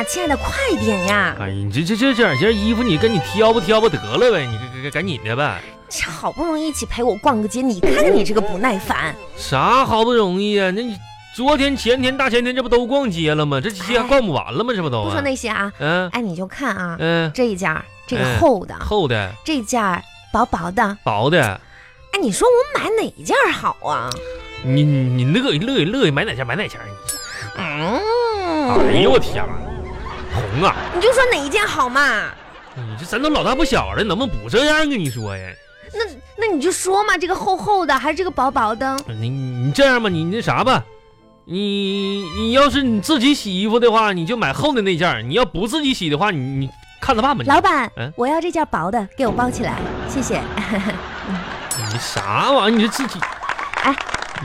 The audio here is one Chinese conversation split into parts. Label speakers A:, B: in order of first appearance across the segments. A: 哎亲爱的，快点呀！
B: 哎呀，你这这这这两件衣服，你跟你挑吧挑吧得了呗，你赶赶赶紧的呗。
A: 这好不容易一起陪我逛个街，你看看你这个不耐烦。
B: 啥好不容易啊？那你昨天、前天、大前天，这不都逛街了吗？这期还
A: 哎
B: 逛不完了吗？这不都啊？
A: 不说那些啊，
B: 嗯
A: 哎，你就看啊，
B: 嗯，
A: 这一件儿这
B: 哎
A: 个厚的，
B: 厚的、
A: 这件儿薄薄的。
B: 薄的，
A: 哎，你说我买哪一件儿好啊？
B: 你你你乐意乐意乐意买哪件买哪件。
A: 嗯，
B: 哎呦我天哪，红啊！
A: 你就说哪一件好嘛？
B: 你这咱都老大不小了，能不能不这样啊跟你说呀？
A: 那那你就说嘛，这个厚厚的还是这个薄薄的？
B: 你你这样吧，你那啥吧，你你要是你自己洗衣服的话，你就买厚的那件儿；你要不自己洗的话，你你看着办吧。你
A: 老板
B: 嗯，
A: 我要这件薄的，给我包起来，谢谢。
B: 你啥玩意儿？你这自己，
A: 哎，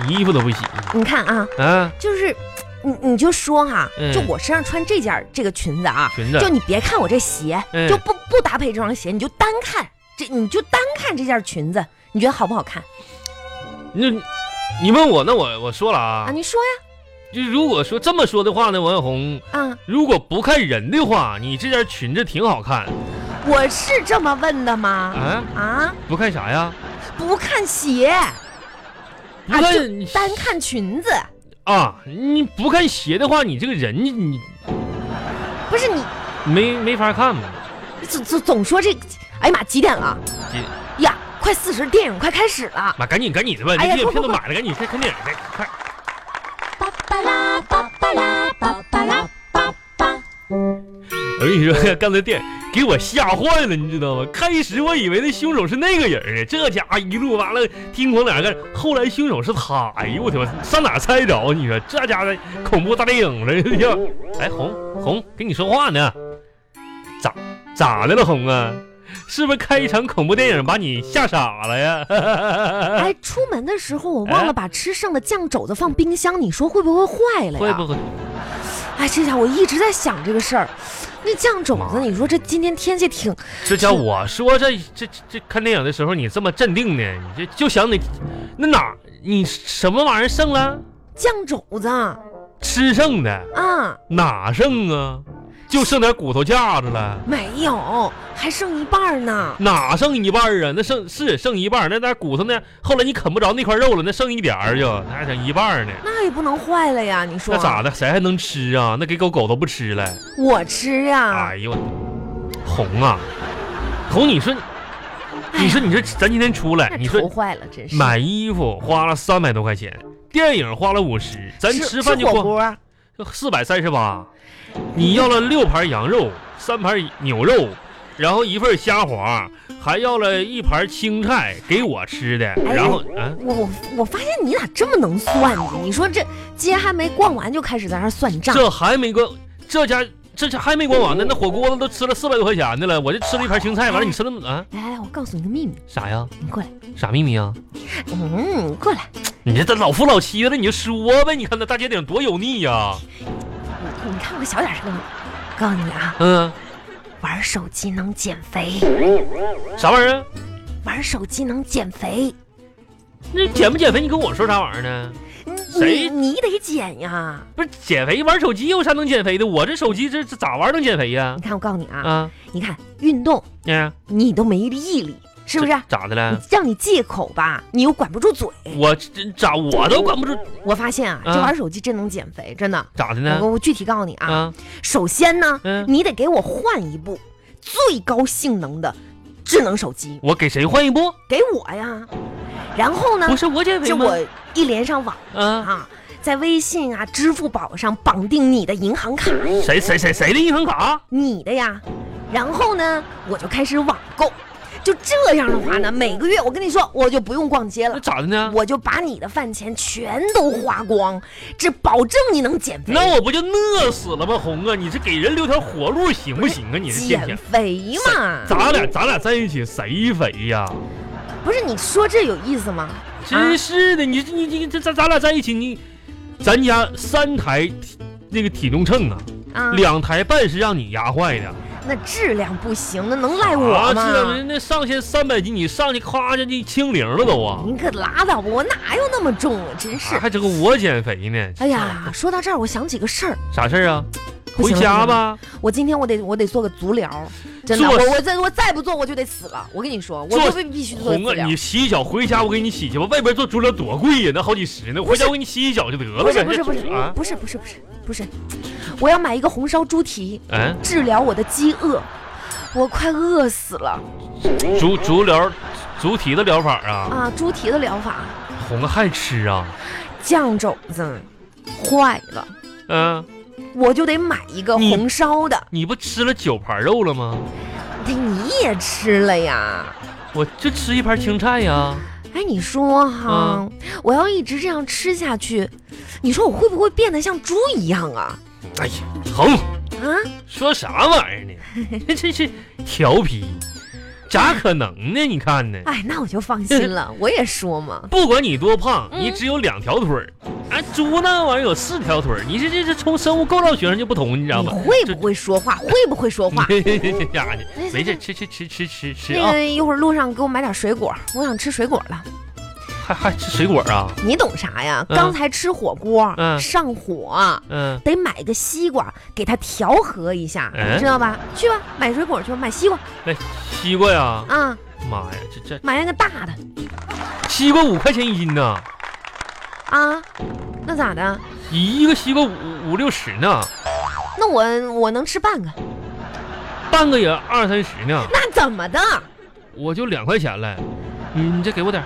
B: 你衣服都不洗
A: 你看啊，
B: 啊？
A: 就是你你就说哈、
B: 嗯
A: 就我身上穿这件儿这个裙子啊，
B: 裙子
A: 就你别看我这鞋，
B: 嗯
A: 就不不搭配这双鞋，你就单看这，你就单看这件裙子，你觉得好不好看
B: 那你问我，那我我说了啊
A: 啊？，你说呀，
B: 就如果说这么说的话呢，王小红，
A: 啊，
B: 如果不看人的话，你这件裙子挺好看
A: 我是这么问的吗？
B: 啊？
A: 啊，
B: 不看啥呀？
A: 不看鞋，
B: 不看
A: 啊就单看裙子，
B: 啊？你不看鞋的话，你这个人你你
A: 不是你
B: 没没法看嘛？
A: 总总总说这，哎呀妈，几点了？
B: 你
A: 呀，快四十，电影快开始了。
B: 妈，赶紧赶紧的吧，
A: 哎
B: 你
A: 呀
B: 这影
A: 快
B: 片都
A: 快
B: 买了，赶紧看看电影去，快！
C: 巴巴拉巴巴拉巴巴拉巴巴。
B: 我跟你说， 刚才电影给我吓坏了，你知道吗？开始我以为那凶手是那个人呢，这家伙一路完了听狂哪个，后来凶手是他。哎呦我天，上哪猜着啊？你说这家伙恐怖大电影了， 这叫哎红红跟你说话呢，咋咋的了红啊？是不是看一场恐怖电影把你吓傻了呀？
A: 哎，出门的时候我忘了把吃剩的酱肘子放冰箱，你说会不会坏了呀？
B: 会不会？
A: 哎，这家伙我一直在想这个事儿。那酱肘子，你说这今天天气挺……
B: 这家伙我说这这这这看电影的时候你这么镇定呢，你这就想你那哪儿你什么玩意儿剩了？
A: 酱肘子啊，
B: 吃剩的
A: 啊
B: 哪剩啊？就剩点骨头架子了，
A: 没有，还剩一半儿呢。
B: 哪剩一半儿啊？那剩是剩一半儿，那点骨头呢？后来你啃不着那块肉了，那剩一点儿就，那还剩一半儿呢。
A: 那也不能坏了呀，你说
B: 那咋的？谁还能吃啊？那给狗狗都不吃了。
A: 我吃呀、
B: 哎呦，我红啊，红，你说，你说，你说，咱今天出来，你
A: 哎那
B: 说
A: 愁坏了，真是。
B: 买衣服花了三百多块钱，电影花了五十，咱
A: 吃
B: 吃饭就
A: 火
B: 花
A: 锅啊，
B: 四百三十八。你要了六盘羊肉，三盘牛肉，然后一份虾滑，还要了一盘青菜给我吃的，
A: 哎
B: 然后啊，
A: 我我我发现你咋这么能算呢？你说这街还没逛完就开始在那儿算账，
B: 这还没关，这家这家还没关完呢，那火锅子都吃了四百多块钱的了，我就吃了一盘青菜，完了你吃那么啊
A: 来哎来，我告诉你个秘密，
B: 啥呀？
A: 你过来，
B: 啥秘密啊？
A: 嗯，你过来，
B: 你这都老夫老妻了，你就说呗，你看那大姐顶多油腻呀、
A: 你你看我小点声啊，告诉你啊，
B: 嗯，
A: 玩手机能减肥，
B: 啥玩意儿啊？
A: 玩手机能减肥，
B: 那减不减肥？你跟我说啥玩意儿呢？谁
A: 你你得减呀。
B: 不是减肥玩手机有啥能减肥的？我这手机这这咋玩能减肥呀
A: 你？看我告诉你啊，
B: 啊，
A: 你看运动
B: 嗯，
A: 你都没毅力，是不是？
B: 这咋的
A: 你
B: 了？
A: 让你忌口吧，你又管不住嘴。
B: 我这咋我都管不住，
A: 我发现啊，
B: 啊
A: 这玩手机真能减肥，真的。
B: 咋的
A: 我
B: 呢？
A: 我具体告诉你啊，
B: 啊，
A: 首先呢
B: 嗯，
A: 你得给我换一部最高性能的智能手机
B: 我给谁换一部？
A: 给我呀，然后呢
B: 不，是我减肥
A: 这
B: 吗
A: 我？一连上网
B: 啊，
A: 啊，在微信啊、支付宝上绑定你的银行卡，
B: 谁谁谁谁的银行卡？
A: 你的呀，然后呢，我就开始网购。就这样的话
B: 嗯
A: 呢，每个月我跟你说，我就不用逛街了
B: 那。咋的呢？
A: 我就把你的饭钱全都花光，这保证你能减肥。
B: 那我不就饿死了吗？红啊，你这给人留条活路行不行啊？你这天
A: 减
B: 天。
A: 肥嘛，
B: 咱俩咱俩在一起谁肥呀？
A: 啊不是你说这有意思吗？
B: 真是的，你这你你这咱咱俩在一起，你咱家三台体那个体重秤啊，
A: 啊，
B: 两台半是让你压坏的，
A: 那质量不行，那能赖
B: 啊
A: 我
B: 是啊，
A: 吗？
B: 那上限三百斤，你上去咔就就清零了都啊，
A: 你可拉倒吧，我哪有那么重啊？真是
B: 哎
A: 哎
B: 啊。还整个我减肥呢？
A: 哎呀，说到这儿，我想起个事儿，
B: 啥事儿啊？
A: 不
B: 回
A: 行了
B: 家。吧。
A: 我今天我得我得做个足疗，真的，
B: 做
A: 我我再我再不做我就得死了。我跟你说，我
B: 做
A: 就必必须做
B: 红
A: 足
B: 啊，
A: 疗
B: 你。洗一脚回家，我给你洗去吧。外边做足疗多贵呀，那好几十呢。我回家我给你洗一脚就得了
A: 不是
B: 呗。
A: 不是
B: 这
A: 不是
B: 啊，
A: 不是不是不是不是，我要买一个红烧猪蹄
B: 嗯，
A: 治疗我的饥饿，我快饿死了
B: 足足疗，足蹄的疗法啊，
A: 啊！猪蹄的疗法，
B: 红还吃啊？
A: 酱肘子坏了，
B: 嗯，
A: 我就得买一个
B: 你
A: 红烧的。
B: 你不吃了九盘肉了吗？
A: 对，你也吃了呀？
B: 我就吃一盘青菜呀。
A: 哎，你说
B: 嗯
A: 哈，我要一直这样吃下去，你说我会不会变得像猪一样啊？
B: 哎呀，红，
A: 啊？
B: 说啥玩意儿呢？这这是调皮，咋可能呢？你看呢？
A: 哎，那我就放心 了。我也说嘛，
B: 不管你多胖，
A: 嗯
B: 你只有两条腿儿，啊，猪那玩意儿有四条腿儿。你这这这从生物构造学上就不同，你知道
A: 你
B: 吗？
A: 会不会说话？会不会说话？
B: 这 家伙，
A: 嗯
B: 没事，吃吃吃吃吃吃
A: 那
B: 啊，
A: 个一会儿路上给我买点水果，我想吃水果了。
B: 还还吃水果啊？
A: 你懂啥呀？
B: 嗯
A: 刚才吃火锅、
B: 嗯
A: 上火，
B: 嗯，
A: 得买个西瓜给它调和一下，
B: 嗯
A: 知道吧？去吧，买水果去吧，买西瓜
B: 西瓜呀，
A: 啊，
B: 妈呀，这这
A: 买那个大的
B: 西瓜五块钱一斤呢，
A: 啊。那咋的？
B: 一个西瓜五五六十呢，
A: 那我我能吃半个，
B: 半个也二三十呢，
A: 那怎么的？
B: 我就两块钱了。你你再给我点儿，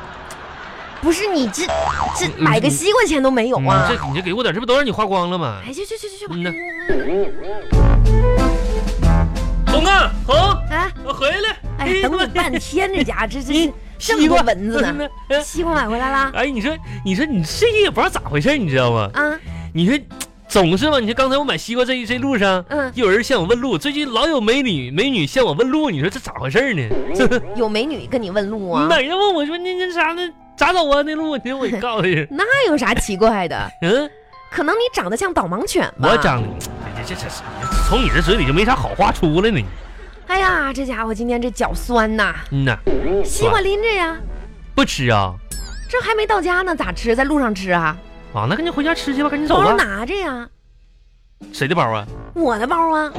A: 不是你这这
B: 嗯
A: 买个西瓜钱都没有
B: 你
A: 啊？
B: 嗯这你这给我点儿，这不都让你花光了吗？
A: 哎，去去去去去吧。
B: 嗯呐，红啊红，
A: 哎
B: 我回来。
A: 哎，等你 半天，这
B: 哎
A: 家伙这这 这么
B: 西
A: 多
B: 瓜
A: 蚊子呢。。
B: 嗯
A: 西瓜买回来啦？
B: 哎，你说，你说，你最近也不知道咋回事，你知道吗？
A: 啊，
B: 你说，总是吧？你说刚才我买西瓜这一这路上，
A: 嗯，
B: 有人向我问路，最近老有美女美女向我问路，你说这咋回事呢？
A: 有美女跟你问路嗯啊？
B: 哪人问我说那那啥那咋走啊？那 路，你说我告诉你，
A: 那有啥奇怪的？
B: 嗯，
A: 可能你长得像导盲犬吧？
B: 我。长得这这这这，从你这嘴里就没啥好话出来呢。
A: 哎呀，这家伙今天这脚酸呐！
B: 嗯呐，
A: 西瓜拎着呀，
B: 不吃啊？
A: 这还没到家呢，咋吃？在路上吃啊？
B: 啊，那赶紧回家吃去吧，赶紧走
A: 包
B: 吧。
A: 拿着呀，
B: 谁的包啊？
A: 我的包啊，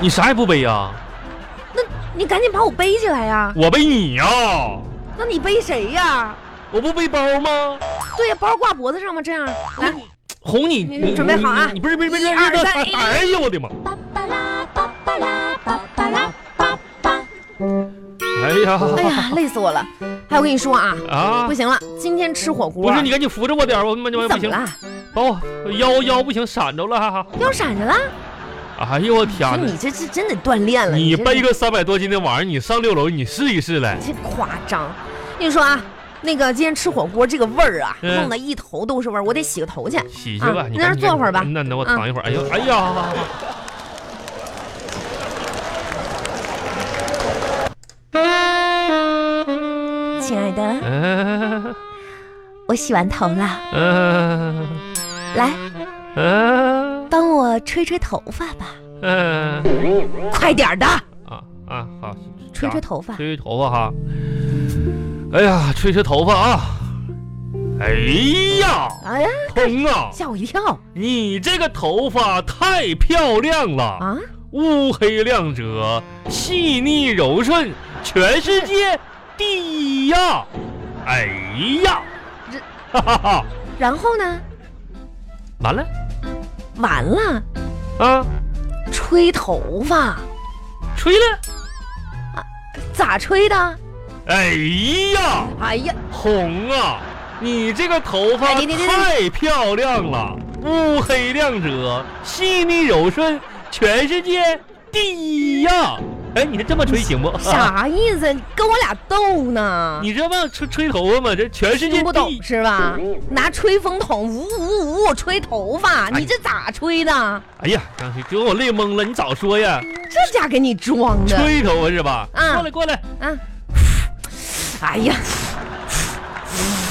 B: 你啥也不背啊？
A: 你赶紧把我背起来呀！
B: 我背你呀、
A: 那你背谁呀？
B: 我不背包吗？
A: 对呀，包挂脖子上吗？这样来，
B: 哄你，
A: 你准备好啊
B: 你你不是不是不是，
A: 一二三
B: 哎哎呀我的妈！哎呀，
A: 哎呀，累死我了！哎，我跟你说啊，
B: 啊
A: 不，行了，今天吃火锅。
B: 不是你赶紧扶着我点儿，我他妈就不
A: 怎么
B: 行，
A: 了？
B: 把我腰腰不行闪着了，哈哈！
A: 腰闪着了？
B: 哎呦我天
A: 不是
B: 哪
A: 你！这是真得锻炼了。
B: 你
A: 这
B: 背个三百多斤的玩意儿，你上六楼你试一试来。
A: 这夸张。你说啊，那个今天吃火锅这个味儿啊，
B: 嗯
A: 弄得一头都是味儿，我得洗个头去。
B: 洗去吧，
A: 啊
B: 你
A: 那儿
B: 赶紧
A: 坐会儿吧
B: 那那我
A: 啊
B: 躺一会儿。哎呦，哎呀，好好好好
A: 亲爱的，
B: 嗯
A: 我洗完头了，
B: 嗯
A: 来
B: 嗯
A: 帮我吹吹头发吧，
B: 嗯
A: 快点儿的，
B: 啊啊，好，
A: 吹吹头发。
B: 吹吹头发哈。哎呀，吹吹头发啊！哎呀，
A: 哎呀，
B: 红啊，
A: 吓我一跳
B: 你这个头发太漂亮了，
A: 啊！
B: 乌黑亮泽，细腻柔顺，全世界第一呀！哎呀，
A: 这
B: 哈哈哈，
A: 然后呢，
B: 完了
A: 完了，
B: 啊，
A: 吹头发
B: 吹了。
A: 咋吹的？
B: 哎呀，
A: 哎呀，
B: 红啊，你这个头发
A: 哎你你你你
B: 太漂亮了，乌黑亮泽，细腻柔顺，全世界第一呀！哎，你这么吹行不？
A: 啥意思？你跟我俩斗呢？
B: 你这不吹吹头发吗？这全世界
A: 听不
B: 第
A: 懂
B: 一。
A: 是吧？拿吹风筒呜呜呜吹头发，
B: 哎
A: 你这咋吹的？
B: 哎呀，张飞，给我累懵了，你早说呀！
A: 这家给你装的。
B: 吹头发是吧？
A: 啊
B: 过来过来，
A: 啊！哎呀，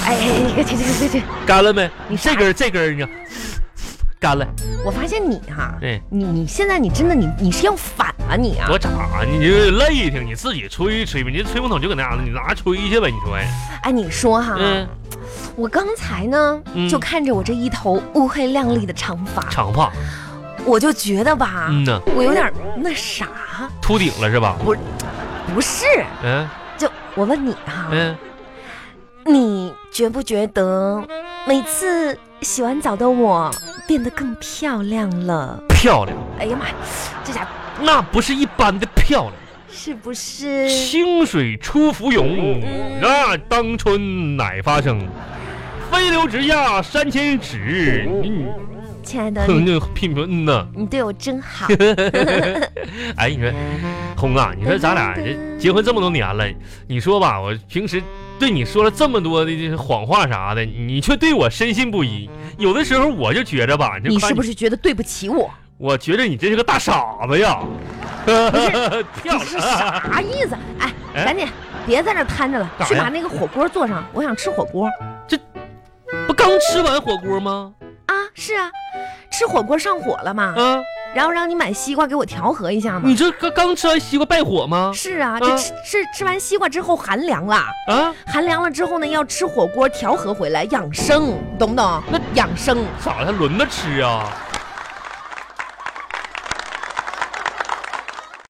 A: 哎哎，哎这这这这这，
B: 干了没？
A: 你啥
B: 这根儿这根儿，你看干了。
A: 我发现你哈、
B: 哎，
A: 你你现在你真的你你是要反啊你啊！
B: 我咋？你这累挺，你自己吹一吹吧。你这吹风筒就搁那样子，你拿吹去呗。你说呀？
A: 哎，你说哈，
B: 嗯，
A: 我刚才呢、
B: 嗯
A: 就看着我这一头乌黑亮丽的长发，
B: 长发，
A: 我就觉得吧，
B: 嗯呐，
A: 我有点那啥，
B: 秃顶了是吧？
A: 不是？
B: 嗯
A: 就我问你啊，
B: 嗯，
A: 你觉不觉得每次洗完澡的我变得更漂亮了？
B: 漂亮，
A: 哎呀妈呀，这家伙
B: 那不是一般的漂亮，
A: 是不是？
B: 清水出芙蓉，
A: 嗯
B: 那当春乃发生。飞流直下三千尺，嗯，
A: 亲爱的，
B: 哼，
A: 你
B: 那品评嗯呐，
A: 你对我真 好。
B: 哎，你说，红啊，你
A: 嗯
B: 说咱俩这结婚这么多年了，你说吧，我平时对你说了这么多的这谎话啥的，你却对我深信不疑。有的时候我就觉着吧，
A: 你是不
B: 是？
A: 是觉得对不起我？
B: 我觉着你这是个大傻子呀！
A: 你
B: 跳
A: 是
B: 了，
A: 啥意思？哎，
B: 哎
A: 赶紧别在那儿瘫着了，
B: 干啥
A: 去
B: 呀
A: 把那个火锅做上，我想吃火锅
B: 不刚吃完火锅吗？
A: 啊！是啊，吃火锅上火了嘛，
B: 啊，
A: 然后让你买西瓜给我调和一下嘛
B: 你。这刚刚吃完西瓜败火吗？
A: 是啊，这
B: 啊
A: 吃吃吃完西瓜之后寒凉了，
B: 啊，
A: 寒凉了之后呢，要吃火锅调和回来养生，懂不懂？那养生
B: 咋的还轮着吃啊？